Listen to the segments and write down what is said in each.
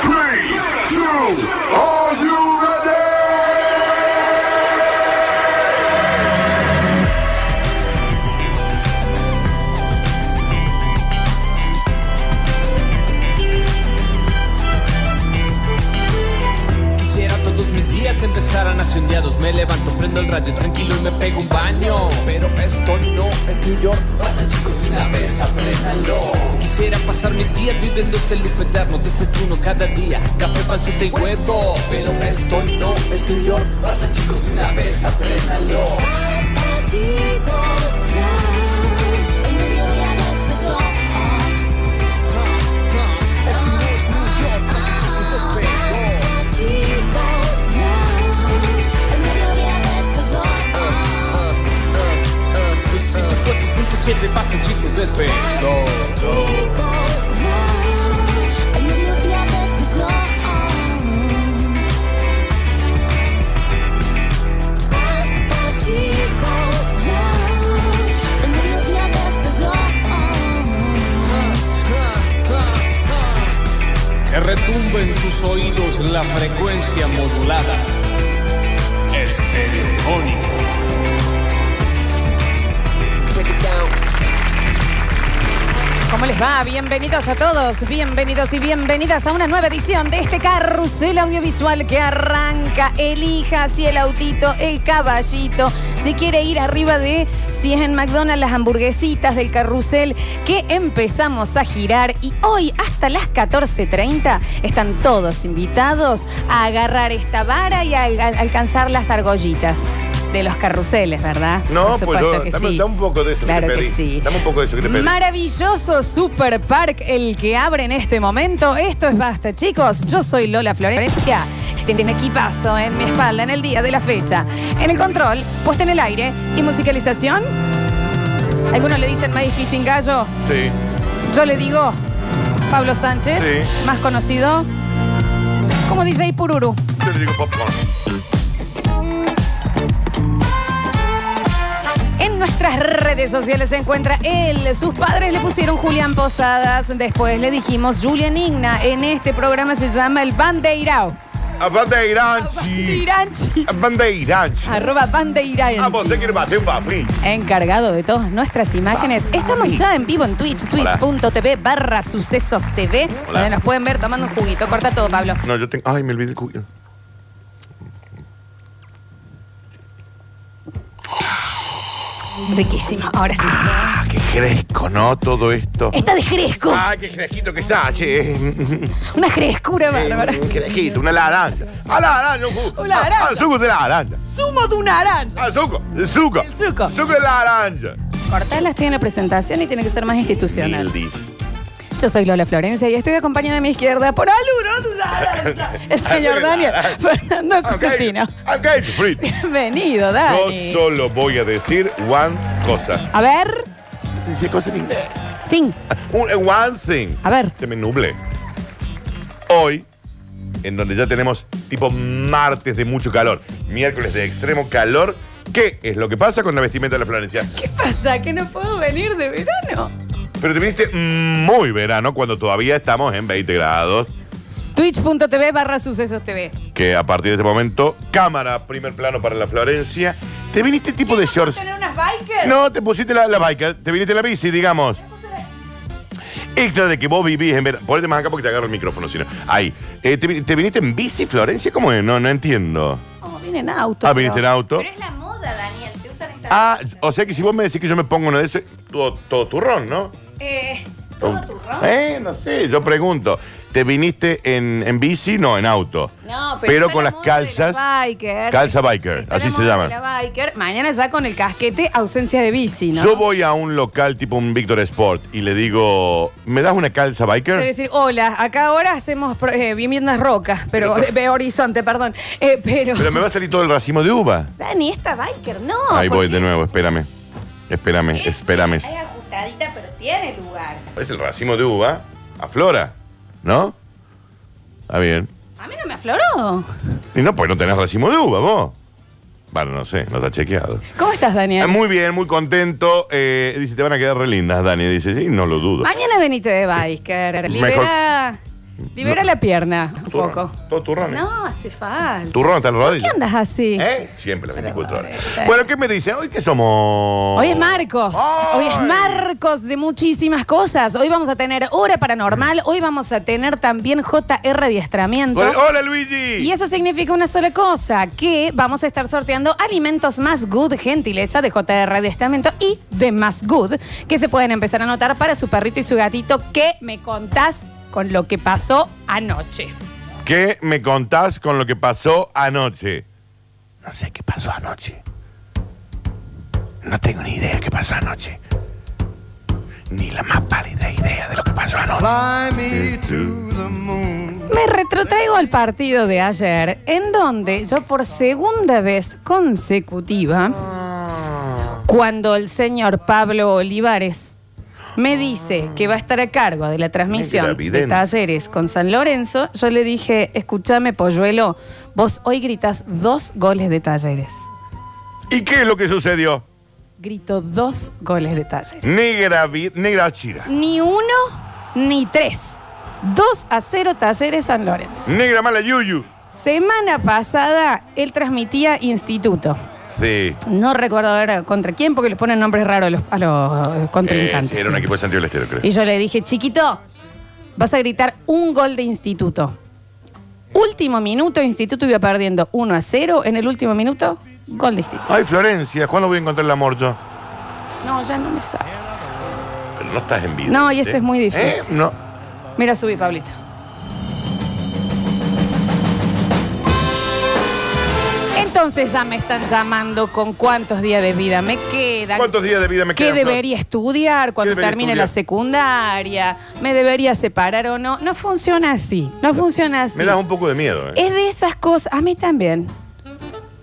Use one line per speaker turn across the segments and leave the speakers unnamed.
three, two. Are you ready?
Quisiera todos mis días empezaran hacia un día dos Me levanto, prendo el radio tranquilo y me pego un baño Pero esto no es New York Pasa chicos una vez, apréndanlo Quisiera pasar mis días viviendo ese loop eterno Desayuno cada día, café, pancita y huevo Pero esto no es New York Pasa chicos una vez, apréndanlo Necesito 4.7, pasen chicos, despejo Que retumbe en tus oídos la frecuencia modulada. Estereofónica.
¿Cómo les va? Bienvenidos a todos, bienvenidos y bienvenidas a una nueva edición de este carrusel audiovisual que arranca. Elija si el autito, el caballito, si quiere ir arriba de, si es en McDonald's, las hamburguesitas del carrusel, que empezamos a girar y hoy hasta las 14.30 están todos invitados a agarrar esta vara y a, a- alcanzar las argollitas. De los carruseles, ¿verdad?
No,
Por
pues
supuesto
yo,
que
dame,
sí.
dame un poco de eso
Claro
que
que
te pedí.
sí.
Dame un poco de eso que te pedí.
Maravilloso Super Park, el que abre en este momento. Esto es basta, chicos. Yo soy Lola Florencia. Tienen equipazo en mi espalda en el día de la fecha. En el control, puesta en el aire y musicalización. Algunos le dicen maíz sin gallo.
sí.
Yo le digo Pablo Sánchez,
Sí.
más conocido como DJ Pururu.
Yo le digo popcorn.
En nuestras redes sociales se encuentra él. Sus padres le pusieron Julián Posadas. Después le dijimos Julián Igna. En este programa se llama El Bandeirao.
A bandeiranchi.
Bandeiranchi.
A bandeiranchi.
Arroba Bandeiranchi.
A Ah, vos, quiere bater un papín.
Encargado de todas nuestras imágenes. Estamos ya en vivo en Twitch,
Hola.
twitch.tv barra sucesos TV,
Hola.
donde nos pueden ver tomando un juguito. Corta todo, Pablo.
No, yo tengo... Ay, me olvidé el cuyo.
Riquísimo. Ahora sí.
Ah, qué fresco, ¿no? Todo esto.
Está de fresco.
Ah, qué fresquito que está, che.
Una frescura bárbara.
Un fresquito, una naranja. A la naranja, un jugo.
Una naranja.
Al suco de la naranja.
Sumo de una naranja.
Al suco. El suco.
El suco.
Suco de la naranja.
Cortala, estoy en la presentación y tiene que ser más institucional.
Dildis.
Yo soy Lola Florencia y estoy acompañada de mi izquierda por Aluro, el señor Daniel Fernando
Ah,
Cupertino.
Acá es frito.
Bienvenido,
Yo
Dani.
solo voy a decir one cosa.
A ver,
Sí, sí, cosa en inglés.
Ting,
Un- eh, one thing.
a ver.
Se me nuble. Hoy, en donde ya tenemos tipo martes de mucho calor, miércoles de extremo calor, ¿qué es lo que pasa con la vestimenta de la Florencia?
¿Qué pasa? ¿Que no puedo venir de verano?
Pero te viniste muy verano cuando todavía estamos en 20 grados,
Twitch.tv barra sucesos TV.
que a partir de este momento, cámara, primer plano para la Florencia. Te viniste tipo de shorts.
¿Tener unas bikers?
No, te pusiste la, la biker, te viniste la bici, digamos. Extra de que vos vivís en verano. Ponete más acá porque te agarro el micrófono, si no. Ahí. Eh, te, vi- te viniste en bici, Florencia? ¿Cómo es? No, no entiendo.
No, vine Oh, en auto.
Ah, viniste en auto.
Pero es la moda, Daniel. Se usan estas
Ah, o sea que si vos me decís que yo me pongo uno de esos, todo, todo turrón, ¿no?
Eh, ¿Todo turrón?
Eh, no sé, yo pregunto. ¿Te viniste en, en bici? No, en auto.
No, pero,
Pero
está
con
la
las
moda de
calzas.
la biker.
Calza biker,
Está
así
la
se
moda
llaman.
de La biker. Mañana ya con el casquete, ausencia de bici, ¿no?
Yo voy a un local tipo un Victor Sport y le digo, ¿me das una calza biker?
Quiere decir, hola, acá ahora hacemos pro- eh, viviendas rocas, pero
Pero-
ve horizonte, perdón. Eh, pero,
Pero me va a salir todo el racimo de uva.
Dani, esta biker, no.
Ahí voy
porque
de nuevo, espérame. Espérame, espérame.
Es ajustadita, pero tiene lugar.
Es el racimo de uva, aflora, ¿no? Está bien.
A mí no me afloró.
Y no, pues no tenés racimo de uva, vos. Bueno, no sé, no está chequeado.
¿Cómo estás, Daniel?
Ah, Muy bien, muy contento. Eh, dice, te van a quedar re lindas, Dani. Dice, sí, no lo dudo.
Mañana venite de Biker. Libera, libera
No.
la pierna un
Turrón,
poco.
Todo turrón. ¿eh?
No, hace falta.
Turrón hasta el rodillo.
¿Qué andas así?
¿Eh? Siempre las 24
Pero,
horas.
eh,
Bueno, ¿qué me dice? Hoy que somos.
Hoy es Marcos,
Ay.
hoy es Marcos de muchísimas cosas. Hoy vamos a tener hora paranormal, hoy vamos a tener también JR Diestramiento.
Hola, hola, Luigi.
Y eso significa una sola cosa, que vamos a estar sorteando alimentos más good, gentileza de JR de Estamento y de más good, que se pueden empezar a anotar para su perrito y su gatito. ¿Qué me contás con lo que pasó anoche?
¿Qué me contás con lo que pasó anoche? No sé qué pasó anoche. No tengo ni idea qué pasó anoche. Ni la más pálida idea de lo que pasó anoche.
Fly me to the moon.
Me retrotraigo al partido de ayer, en donde yo por segunda vez consecutiva, cuando el señor Pablo Olivares me dice que va a estar a cargo de la transmisión de
vidente.
talleres con San Lorenzo, yo le dije, escúchame polluelo, vos hoy gritas dos goles de talleres.
¿Y qué es lo que sucedió?
Grito dos goles de talleres.
Negra, vi- negra chira.
Ni uno, ni tres. Dos a cero talleres San Lorenzo.
Negra mala yuyu.
Semana pasada él transmitía Instituto.
Sí.
No recuerdo ahora contra quién, porque le ponen nombres raros a los, a los
Eh,
contrincantes.
sí, era un
sí.
equipo de Santiago del Estero, creo.
Y yo le dije, chiquito, vas a gritar un gol de instituto. Último minuto, instituto iba perdiendo 1 a 0. En el último minuto, gol de instituto.
Ay, Florencia, ¿cuándo voy a encontrar el amor yo?
No, ya no me sale.
Pero no estás en vida.
No, y eso es muy
¿Eh?
difícil.
No.
Mira, subí, Pablito. Entonces ya me están llamando con cuántos días de vida me quedan.
¿Cuántos días de vida me
¿Qué
quedan? Flor?
debería estudiar cuando
debería
termine
estudiar?
la secundaria? ¿Me debería separar o no? No funciona así. No funciona así.
Me da un poco de miedo. ¿eh?
Es de esas cosas. A mí también.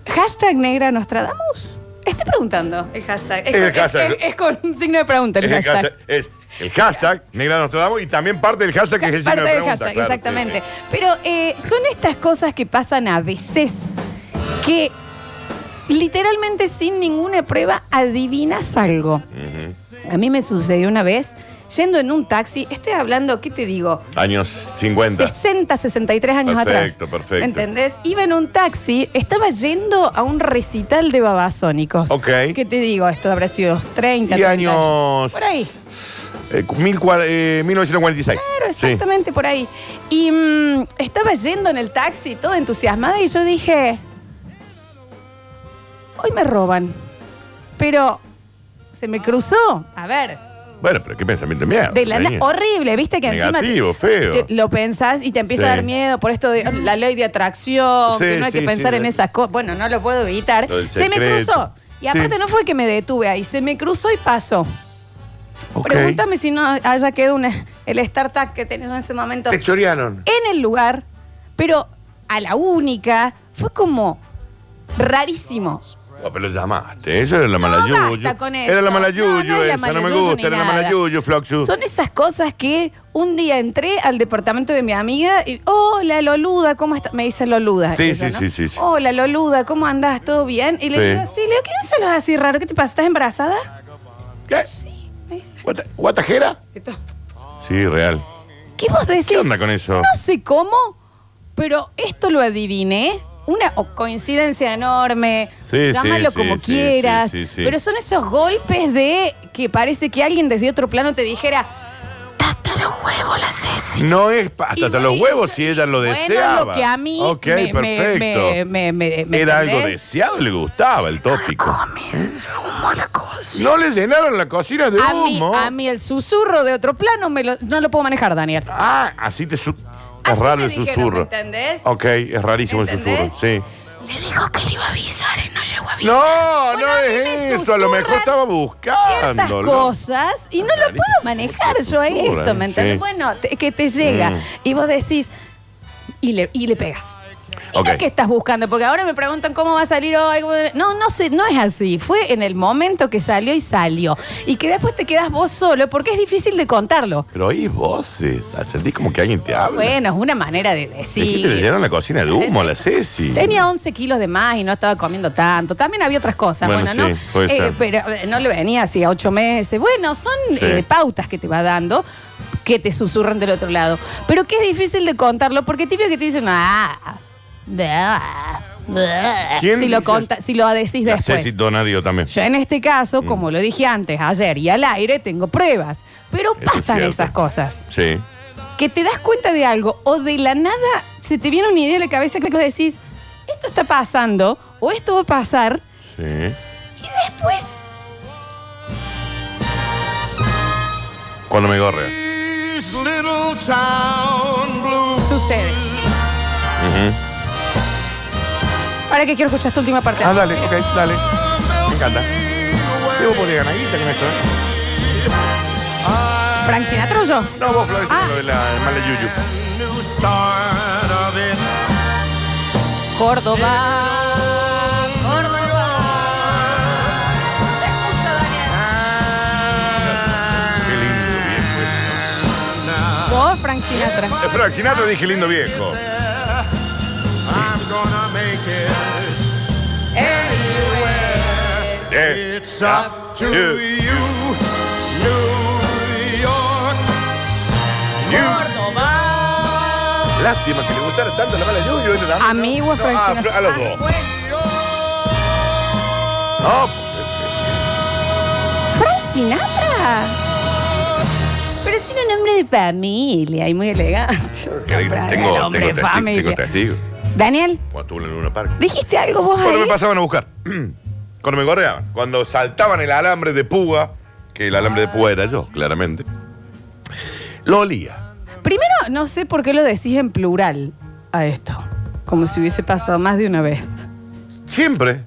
Hashtag negra Nostradamus. Estoy preguntando el hashtag. Es,
Es el
con-
hashtag.
es- es con signo de pregunta el
Es el
hashtag.
hashtag, es el hashtag Negra Nostradamus y también parte del hashtag que es el signo
Parte
de
del
pregunta,
hashtag,
claro, sí,
exactamente. Pero eh, son estas cosas que pasan a veces que literalmente sin ninguna prueba adivinas algo.
sí.
A mí me sucedió una vez, yendo en un taxi, estoy hablando, ¿qué te digo?
Ujú. Años 50.
60, 63 años atrás.
Perfecto, perfecto.
¿Entendés? Iba en un taxi, estaba yendo a un recital de babasónicos.
Ok.
¿Qué te digo? Esto habrá sido 30,
Y
30
años.
Por ahí.
eh, cu- mil cua- eh, 1946.
Claro, exactamente por ahí. Y mm, estaba yendo en el taxi, toda entusiasmada, y yo dije, hoy me roban. Pero se me cruzó. A ver,
Sí. Bueno, pero qué pensamiento mierda.
de la,
Daniel.
horrible, viste que encima...
Ah, Negativo, feo.
te- lo pensás y te empieza
Sí.
a dar miedo por esto de la ley de atracción,
Sí,
que no hay que
sí,
pensar
sí,
en
de-
esas cosas. Bueno, no lo puedo evitar.
Lo del
Se me
secreto.
cruzó. Y aparte
Sí.
no fue que me detuve ahí, se me cruzó y pasó.
Ok.
Pregúntame si no haya quedado una- el startup que tenés en ese momento
Te chorearon.
en el lugar, pero a la única. Fue como rarísimo.
Oh, pero llamaste. Eso era la mala
No, basta
yuyu.
con eso.
Era la mala
No,
yuyu,
no es la
esa.
mala
no me
yuyu
gusta.
ni
Era la mala
nada.
yuyu, Floxu.
Son esas cosas que un día entré al departamento de mi amiga y, hola Loluda, ¿cómo estás? Me dice Loluda.
Sí,
ella,
sí,
¿no?
sí, sí, sí.
Hola Loluda, ¿cómo andás? ¿Todo bien? Y le
Sí.
digo, sí, le digo, ¿qué me saludas así raro? ¿Qué te pasa? ¿Estás embarazada?
¿Qué?
Sí, me dice.
¿Guata- ¿Guatajera? Sí, real.
¿Qué vos decís?
¿Qué onda con eso?
No sé cómo, pero esto lo adiviné. Una o- coincidencia enorme.
Sí,
Llámalo
sí,
como
sí, sí,
quieras.
sí, sí, sí.
Pero son esos golpes de que parece que alguien desde otro plano te dijera. Tata los huevos la Ceci.
No es pa- hasta,
Y
hasta
me
Ah, los
dice,
huevos si ella lo
bueno,
deseaba.
lo que a mí
Ok,
me- me-
perfecto.
me- me- me- me-
Era
¿entendés? Ah,
algo deseado, le gustaba el tópico. No le llenaron la cocina de
A mí,
humo.
a mí el susurro de otro plano me lo- no lo puedo manejar, Daniel.
Ah, así te su-
Así
Es
me
raro el
dijeron,
susurro.
¿me entendés?
Ok, es rarísimo el
¿Entendés?
susurro, sí.
Le dijo que le iba a avisar y no llegó a avisar.
No,
Bueno,
no
a mí me
es eso. A lo mejor
susurran
estaba
ciertas
buscando.
cosas y no lo
Clarísimo.
puedo manejar yo a
Susurran,
esto, ¿me entiendes?
sí.
Bueno, te- que te llega
Mm.
y vos decís y le, y le pegas. ¿Y
Ok.
no qué estás buscando? Porque ahora me preguntan cómo va a salir hoy. cómo- No, no sé, no es así. Fue en el momento que salió y salió. Y que después te quedas vos solo porque es difícil de contarlo.
Pero oís voces. Sentís como que alguien te habla.
Bueno, es una manera de
Hay gente que le
decir.
llenaron la cocina de humo a la Ceci.
Tenía 11 kilos de más y no estaba comiendo tanto. También había otras cosas.
Bueno,
Bueno,
sí,
¿no?
puede ser.
pero eh, no le venía así a 8 meses. Bueno, son
Sí.
eh, pautas que te va dando que te susurran del otro lado. Pero que es difícil de contarlo porque típico que te dicen, ah, ah, ah",
¿Quién
si lo,
dice
conta- si lo decís
La
después.
Ceci Mm. Donadio también.
Yo en este caso, como lo dije antes, ayer y al aire, tengo pruebas. Pero
Eso es
pasan
cierto.
esas cosas
Sí.
que te das cuenta de algo o de la nada se te viene una idea a la cabeza que vos decís, esto está pasando o esto va a pasar
Sí.
y después
Cuando me gorre.
This little town blues.
sucede. Ahora que quiero escuchar esta última parte.
Ah, dale, ok, dale. Me encanta. Debo poner ganaguita con esto, ¿eh?
Frank Sinatra o yo.
No, vos, Flores,
Ah.
lo de la mala yuyu.
New start of it.
Córdoba.
Qué lindo viejo.
Vos, Frank Sinatra.
ese. Eh, Frank Sinatra dije lindo viejo.
Ah, I'm gonna make it.
Eh,
It's up to
Yeah.
you, New York.
you. Lástima que le gustara tanto la mala yuyu. ese también,
A mí o a Frank
No,
Sinatra.
a, a los dos.
Ah.
No, pues, porque-
Frank Sinatra. Pero sin un nombre de familia y muy elegante.
Querés que
Para
tengo,
el
tengo,
hombre
testigo,
familia.
tengo testigo.
Daniel,
Cuando estuve en el Luna Park.
¿dijiste algo vos
Cuando
ahí?
me pasaban a buscar. Cuando me correaban. Cuando saltaban el alambre de púa, que el alambre de púa era yo, claramente. Lo olía.
Primero, no sé por qué lo decís en plural a esto. Como si hubiese pasado más de una vez.
Siempre.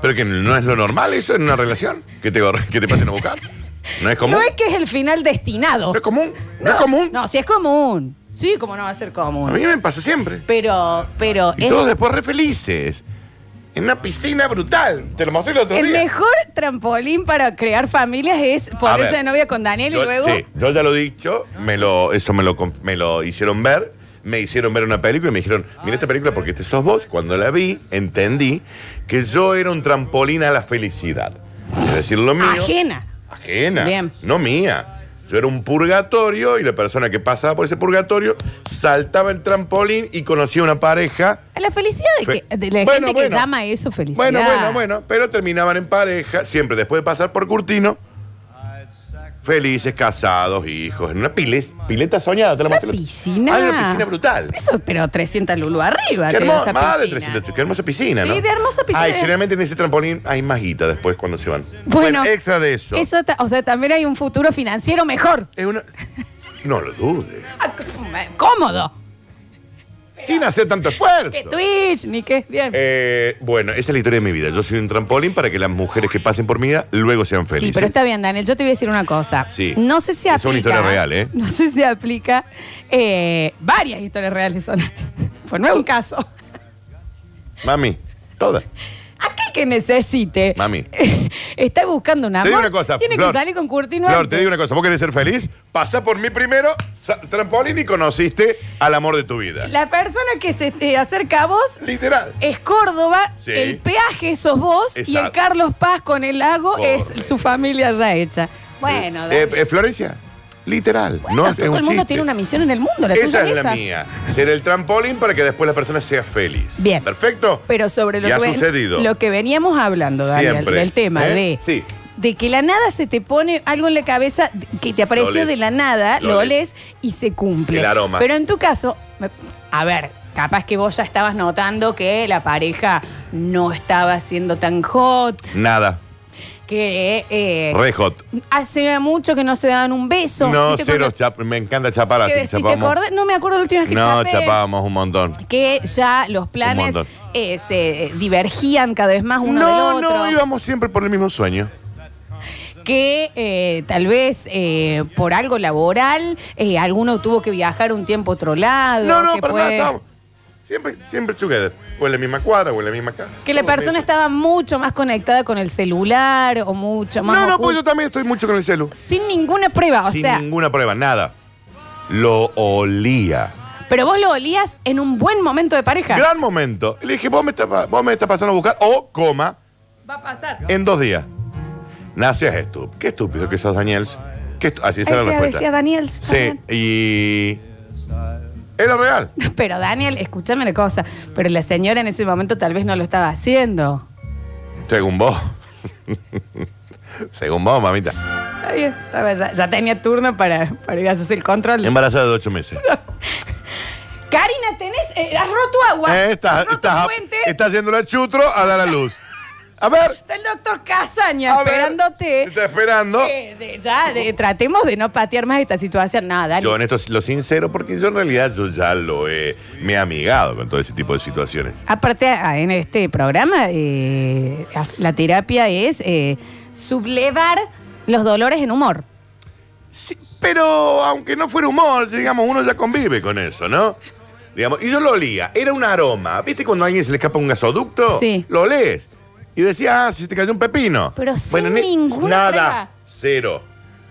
Pero que no es lo normal eso en una relación. Que te, gorre- que te pasen a buscar. No es común.
No es que es el final destinado.
No es común. No es común.
No, sí es común. Sí, como no va a ser
A
común.
mí me pasa siempre.
Pero, pero
Y
es
todos después re felices. En una piscina brutal. Te lo mostré el otro
el
día.
mejor trampolín para crear familias es ponerse
ver.
de novia con Daniel
Yo,
y luego.
sí, yo ya lo he dicho, me lo, eso me lo, comp- me lo hicieron ver, me hicieron ver una película y me dijeron, mira esta película porque este sos vos. Cuando la vi, entendí que yo era un trampolín a la felicidad. Es decir, lo mío.
Ajena.
Ajena.
Bien.
No mía. Yo era un purgatorio y la persona que pasaba por ese purgatorio saltaba el trampolín y conocía una pareja.
A La felicidad de,
Fe-
que, de la
Bueno,
gente que
bueno.
llama a eso felicidad.
Bueno, bueno, bueno, pero terminaban en pareja, siempre después de pasar por Curtino. Felices, casados, hijos, en una piles- pileta soñada, te la
Una
mostré.
piscina.
Hay una piscina brutal.
Eso, pero 300 lulu arriba.
Qué
te
hermosa,
esa
más de
piscina.
300, qué hermosa piscina,
Sí,
¿no?
de hermosa piscina.
Ay, generalmente en ese trampolín hay más guita después cuando se van.
Bueno,
extra de eso.
Eso ta- o sea, también hay un futuro financiero mejor.
Es una... No lo dudes.
Ah, c- Cómodo.
Sin hacer tanto esfuerzo.
Que Twitch, ni que bien.
Eh, bueno, esa es la historia de mi vida. Yo soy un trampolín para que las mujeres que pasen por mi vida luego sean felices.
sí, pero está bien, Daniel. Yo te voy a decir una cosa.
Sí.
No sé si
Es una
aplica.
historia real, ¿eh?
No sé si aplica. eh, varias historias reales son. Pues no es un caso.
Mami, todas.
Aquel que necesite.
Mami.
está buscando un amor.
Te digo una cosa,
Tiene
Flor.
que salir con Curtino.
Flor,
antes.
te digo una cosa. ¿Vos querés ser feliz? Pasá por mí primero, sa- trampolín, y conociste al amor de tu vida.
La Eh, persona que se te acerca a vos
Literal.
es Córdoba,
Sí.
el peaje sos vos y
Exacto.
el Carlos Paz con el lago
Correcto.
es su familia ya hecha. Bueno, Dani.
Eh, eh, Florencia, literal. no, es
todo
un
el mundo
chiste.
tiene una misión en el mundo, la
Esa
tuya
es la mía. Ser el trampolín para que después la persona sea feliz.
Bien.
Perfecto.
Pero sobre lo
Y
que,
ha
ven-
sucedido.
lo que veníamos hablando, Daniel,
Siempre.
del tema
¿Eh?
de,
Sí.
de que la nada se te pone algo en la cabeza que te
Lo
apareció
lees.
de la nada,
Lo
lo,
lees.
lees y se cumple.
El aroma.
Pero en tu caso, me- a ver, capaz que vos ya estabas notando que la pareja no estaba siendo tan hot,
Nada.
que eh,
Re hot.
hace mucho que no se daban un beso.
No,
¿Viste
cero.
cuando-
chap- me encanta chapar
que
así.
decís, ¿te
chapamos.
acordás? No me acuerdo la última vez que
no,
chapé
chapábamos un montón.
que ya los planes
montón.
eh, se divergían cada vez más uno
no,
del otro.
no, íbamos siempre por el mismo sueño.
Que eh, tal vez eh, por algo laboral, eh, alguno tuvo que viajar un tiempo a otro lado.
No, no,
que
para
fue-
nada. estábamos- Siempre, siempre together. O en la misma cuadra, o en la misma casa.
Que la
Todo
persona
eso.
estaba mucho más conectada con el celular o mucho más.
No, no,
oculta.
pues yo también estoy mucho con el celu.
Sin ninguna prueba, o
Sin
sea.
ninguna prueba, nada. Lo olía.
Pero vos lo olías en un buen momento de pareja.
Gran momento. Le dije, vos me, estás, pa- vos me estás pasando a buscar, o coma,
Va a pasar.
en dos días. Nada, seas estúpido. Qué estúpido que sos, Daniel. Qué estu- Así será la
Ahí te decía
respuesta.
Daniel. está
Sí,
bien.
y... Era real.
Pero Daniel, escúchame una cosa. Pero la señora en ese momento tal vez no lo estaba haciendo.
Según vos. Según vos, mamita.
Ahí estaba ya, ya tenía turno para, para ir a hacerse el control.
Embarazada de ocho meses.
Karina, tenés. eh, has roto agua.
Eh, está,
has roto
está,
fuente.
está haciéndole el chutro a dar a luz. A ver.
Está el doctor Casaña
a ver.
esperándote.
Está esperando.
Eh, de- ya, de- tratemos de no patear más esta situación. Nada, Dani.
Yo en esto lo sincero, porque yo en realidad yo ya lo he, me he amigado con todo ese tipo de situaciones.
Aparte, ah, en este programa, eh, as- la terapia es eh, sublevar los dolores en humor.
Sí, pero aunque no fuera humor, digamos, uno ya convive con eso, ¿no? Digamos, y yo lo olía, era un aroma. ¿Viste cuando a alguien se le escapa un gasoducto?
Sí.
Lo lees. Y decía, ah, si te cayó un pepino.
Pero sin
ni-
ninguna
Nada,
prueba.
cero.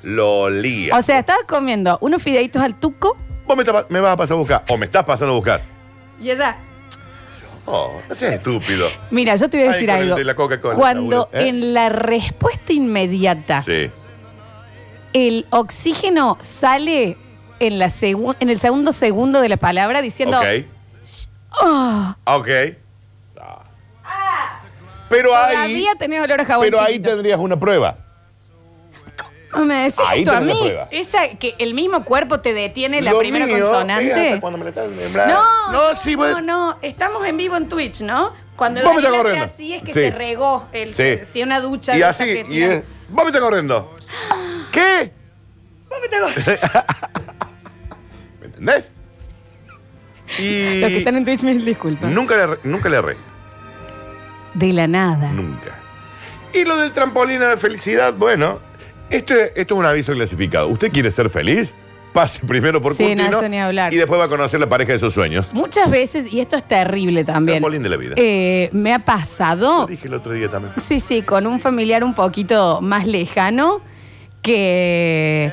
Lo olía.
O sea, estabas comiendo unos fideitos al tuco
Vos me, estás- me vas a pasar a buscar, o me estás pasando a buscar.
y ella.
Oh, no seas estúpido.
Mira, yo te voy a
Ahí
decir
con el
algo.
de la Coca-Cola,
Cuando
seguro, ¿eh?
en la respuesta inmediata
Sí.
el oxígeno sale en, la segu- en el segundo segundo de la palabra diciendo.
Ok.
"Ah,
Ok. Pero ahí,
todavía tenés olor a jabón.
pero ahí
chiquito".
tendrías una prueba.
¿Cómo me decís
Ahí
esto a
tenés la
mí?
prueba.
Esa que el mismo cuerpo te detiene la
Lo
primera
mío, eh,
consonante.
hasta cuando me la están temblando.
No,
no, sí, vos-
no, no, estamos en vivo en Twitch, ¿no? Cuando
Vamos ya
Daniel hace
corriendo.
así es que
Sí.
se regó, él
Sí.
tiene una ducha.
Y
de
así,
esas que
y
tiran.
es. ¡Vos me está corriendo! ¿Qué?
Vos me tengo-
¿Me entendés? Y.
Los que están en Twitch me disculpan.
Nunca le, erré- nunca le erré.
De la nada.
Nunca. Y lo del trampolín a la felicidad, bueno, esto, esto es un aviso clasificado. ¿Usted quiere ser feliz? Pase primero por
Sí, no,
Curtino
eso ni hablar.
y después va a conocer la pareja de sus sueños.
Muchas veces, y esto es terrible también.
Trampolín de la vida.
eh, me ha pasado
Lo dije el otro día también.
Sí, sí, con un familiar un poquito más lejano que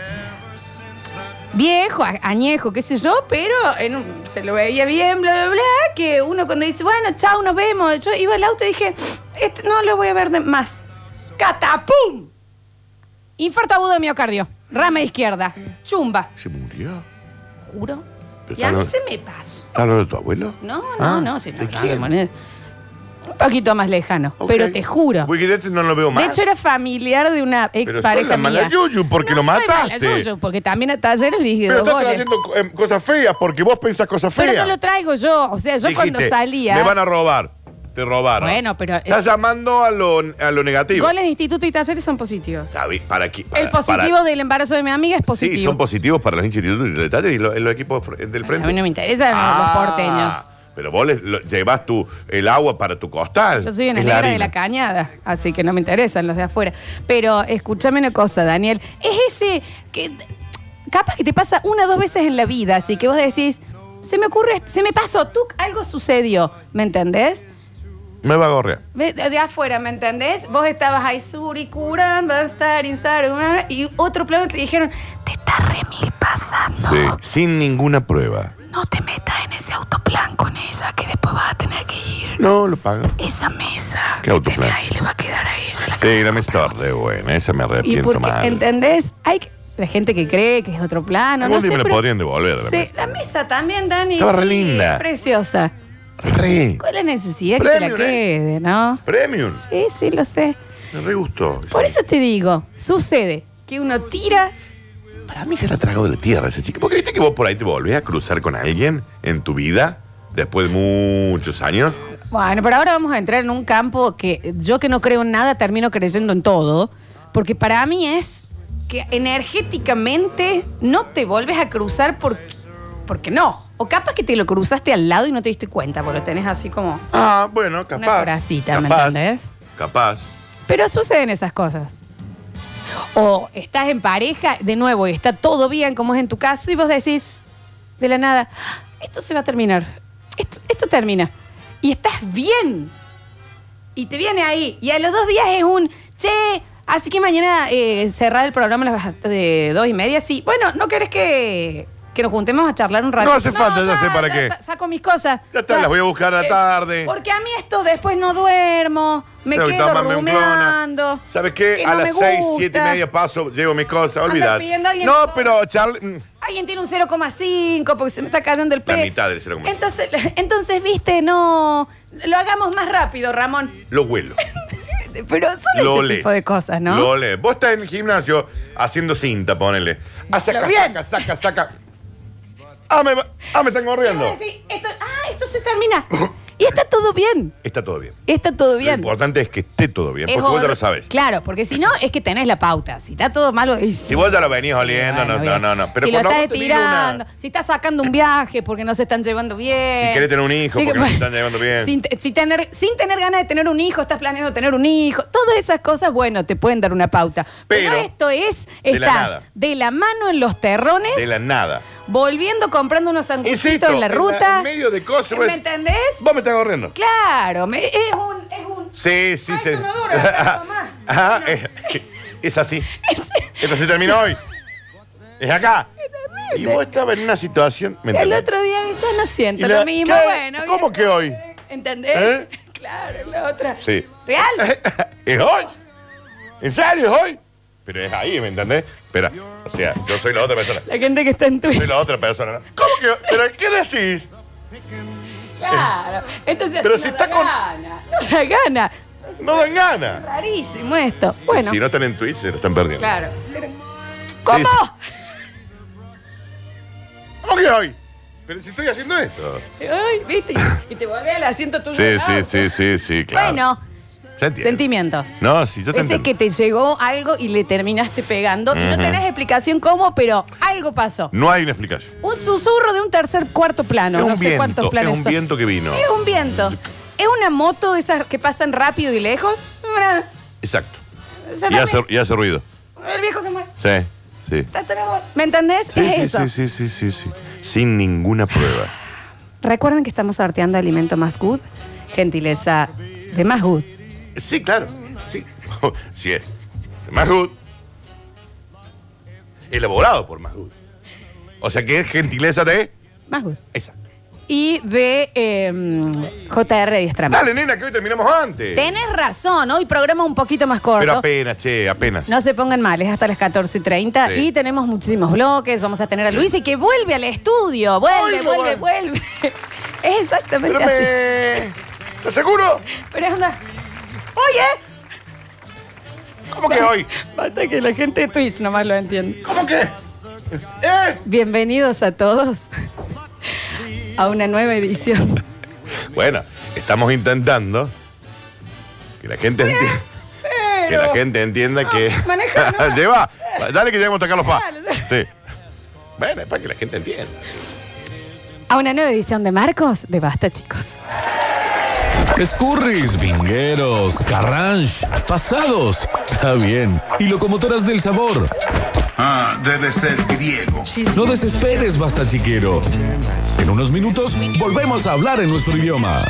viejo, a- añejo, qué sé yo, pero en un- se lo veía bien, bla, bla, bla, que uno cuando dice, bueno, chao, nos vemos, yo iba al auto y dije, "Este no lo voy a ver de- más. ¡Catapum! Infarto agudo de miocardio, rama izquierda, chumba,
¿Se murió?
juro.
Pero
Y a mí
está
se me pasó.
¿Estás hablando de tu abuelo?
No, no,
Ah,
no, si no,
¿de
no,
quién?
no, no, Un poquito más lejano,
Ok.
pero te juro.
Wikileaks no lo veo más.
De hecho, era familiar de una ex
Pero sos
pareja
la mala
mía.
yuyu, porque
No
lo
soy mala
mataste.
yuyu, porque también a Talleres le dije
Pero
dos
estás
goles.
haciendo eh, cosas feas porque vos pensás cosas feas.
Pero no lo traigo yo. O sea, yo cuando
Dijiste,
salía.
Me van a robar. Te robaron.
Bueno, pero- eh,
Estás llamando a lo, a lo negativo.
Goles de instituto y Talleres son positivos.
Está bien, ¿Para qué? Para-
el positivo
para-
del embarazo de mi amiga es positivo.
Sí, son positivos para los institutos y los detalles y los, los equipos fr- del frente.
A mí no me interesan
Ah.
los porteños.
Pero vos les- lo- llevas tu, el agua para tu costal.
Yo soy una
Es
negra de
harina.
la cañada, así que no me interesan los de afuera. Pero escúchame una cosa, Daniel. Es ese que capaz que te pasa una o dos veces en la vida, así que vos decís, se me ocurre, se me pasó, tú, algo sucedió, ¿me entendés?
Me va a gorrear.
Ve- De, de afuera, ¿me entendés? Vos estabas ahí, Surikuran, va a estar, instar, una- y otro plano te dijeron, te está remil pasando.
Sí. Sin ninguna prueba.
No te metas en ese autoplan con ella, que después vas a tener que ir.
No, lo pago.
Esa mesa
¿Qué
que
autoplan?
tenés ahí le va a quedar a ella. la
Sí, la mesa estaba re buena. Esa me
Y
arrepiento
porque,
mal.
¿entendés? Hay que- la gente que cree que es otro plano, no
Algún
sé,
día me la
pero-
podrían devolver a la
Sí,
mesa.
la mesa también, Dani.
Estaba re
sí,
linda.
Preciosa.
Re.
¿Cuál es la necesidad que se
Premium,
la quede, no?
Premium.
Sí, sí, lo sé.
Me re gustó.
Por eso te digo, sucede que uno tira...
Para mí se la tragó de la tierra esa chica. Porque viste que vos por ahí te volvés a cruzar con alguien en tu vida después de muchos años.
Bueno, pero ahora vamos a entrar en un campo que yo que no creo en nada termino creyendo en todo, porque para mí es que energéticamente no te vuelves a cruzar porque, porque no. O capaz que te lo cruzaste al lado y no te diste cuenta, porque lo tenés así como...
Ah, bueno, capaz.
coracita, ¿me entendés?
Capaz.
Pero suceden esas cosas. O estás en pareja, de nuevo, y está todo bien, como es en tu caso, y vos decís, de la nada, "Ah, esto se va a terminar. Esto, esto termina. Y estás bien. Y te viene ahí. Y a los dos días es un, che, así que mañana eh, cerrar el programa a las de dos y media. Sí, bueno, ¿no querés que, que nos juntemos a charlar un rato?
No hace falta, ya sé para qué.
ta- Saco mis cosas. Eh,
Ya está, las voy a buscar a la tarde.
Porque a mí esto después no duermo, me
Tengo que
quedo
tomarme un Clona.
rumeando.
¿Sabes qué?
que
a
no me
las seis, siete y
gusta.
media paso, llevo mis cosas,
Anda
olvidar.
pidiendo a alguien
No,
todo.
pero Charlie. mm,
Alguien tiene un 0,5 porque se me está cayendo el
La
pelo.
mitad del 0,5.
Entonces, entonces, viste, no. Lo hagamos más rápido, Ramón.
Lo huelo.
Pero son
lo
ese
lees.
tipo de cosas, ¿no?
Lo lees. Vos estás en el gimnasio haciendo cinta, ponele. Ah, saca,
Lo bien.
saca, saca, saca. Ah, me, va- ah, me están
Y vos
corriendo.
decís, esto, ah, esto se termina. y está todo bien.
Está todo bien.
Está todo bien.
Lo importante es que esté todo bien,
Es
porque vos ya
hor-
lo sabes.
Claro, porque si no, es que tenés la pauta. Si está todo malo.
Si vos ya lo venís oliendo, no, no, no, no. Pero
si lo
por
estás
menos te digo una-
estirando, si estás sacando un viaje porque no se están llevando bien.
Si querés tener un hijo porque no se están llevando bien.
Sin, te- si tener, sin tener ganas de tener un hijo, estás planeando tener un hijo. Todas esas cosas, bueno, te pueden dar una pauta. Pero,
Pero,
esto es,
de la
estás de la,
nada.
mano en los terrones,
De la nada.
volviendo comprando unos sanguchitos
Insisto,
en la ruta.
En medio de cosas.
¿Me
vos-
entendés?
Vos me estás corriendo.
Claro, me- es un... Es un
Sí, sí,
Ay,
se.
esto no dura tanto más.
Ajá, es, es así.
es-
Esto se terminó hoy. Es acá. Y vos estabas en una situación. ¿me
El
entendés?
otro día yo no siento
Y
lo
la-
mismo.
¿qué?
Bueno,
¿Cómo
bien.
que hoy?
¿Entendés?
¿Eh?
Claro, la otra.
Sí. Eh.
¿Real?
¿Es hoy? ¿En serio es hoy? Pero es ahí, ¿me entendés? Espera, o sea, yo soy la otra persona.
La gente que está en
Soy
Twitch.
la otra persona. ¿Cómo que? ¿Pero qué decís?
Claro. Entonces,
eh. Pero
así
si
no
está
da
con-
Gana. No da gana.
No dan ganas.
Rarísimo esto. Bueno,
Si no están en Twitch, se lo están perdiendo.
claro. ¿Cómo?
¿Cómo que hoy? Pero si estoy haciendo esto.
Ay, ¿viste? Y te volvés al asiento tuyo.
Sí,
del
sí,
auto.
sí, sí, sí, claro.
Bueno,
Ya entiendo.
sentimientos.
No, si yo te
Ese
entiendo.
que te llegó algo y le terminaste pegando. Y no
Ujú.
tenés explicación cómo, pero algo pasó.
No hay una explicación.
Un susurro de un tercer cuarto plano.
es un
no sé cuántos
viento, es
planos
un
son.
viento que vino.
Es un viento. Es una moto de esas que pasan rápido y lejos.
Exacto.
O sea,
Y hace,
también,
y hace ruido.
El viejo se muere.
Sí, sí.
Ta, ta, la, ¿Me entendés?
Sí,
es
sí,
eso.
sí, sí, sí, sí, sí. Sin ninguna prueba.
Recuerden que estamos sorteando alimento más good. Gentileza de más good.
Sí, claro. Sí. sí es. Mahut. Elaborado por Mahut. O sea que es gentileza de
Más good.
esa.
Y de em, JR Diestrama.
Dale, nena, que hoy terminamos antes.
Tenés razón, hoy programa un poquito más corto.
Pero apenas, che, apenas.
No se pongan mal, es hasta las 14.30
Sí.
y tenemos muchísimos bloques. Vamos a tener a Luis y que vuelve al estudio. Vuelve,
Ay, lo
vuelve, vuelve. Es exactamente
Pero
así.
me... ¿Estás seguro?
Pero anda. Oye.
¿Cómo que hoy?
Basta que la gente de Twitch nomás lo entiende.
¿Cómo que? ¿Eh?
Bienvenidos a todos a una nueva edición.
Bueno, estamos intentando que la gente entienda. Que la gente entienda que.
maneja, no.
Lleva. Dale que lleguemos hasta Carlos Paz.
Ah, Dale, dale.
Sí. Bueno, es para que la gente entienda.
A una nueva edición de Marcos de Basta, chicos.
Escurris, vingueros, carranche, pasados. Está bien. Y locomotoras del sabor.
Ah, debe ser griego.
No desesperes, basta chiquero. En unos minutos volvemos a hablar en nuestro idioma.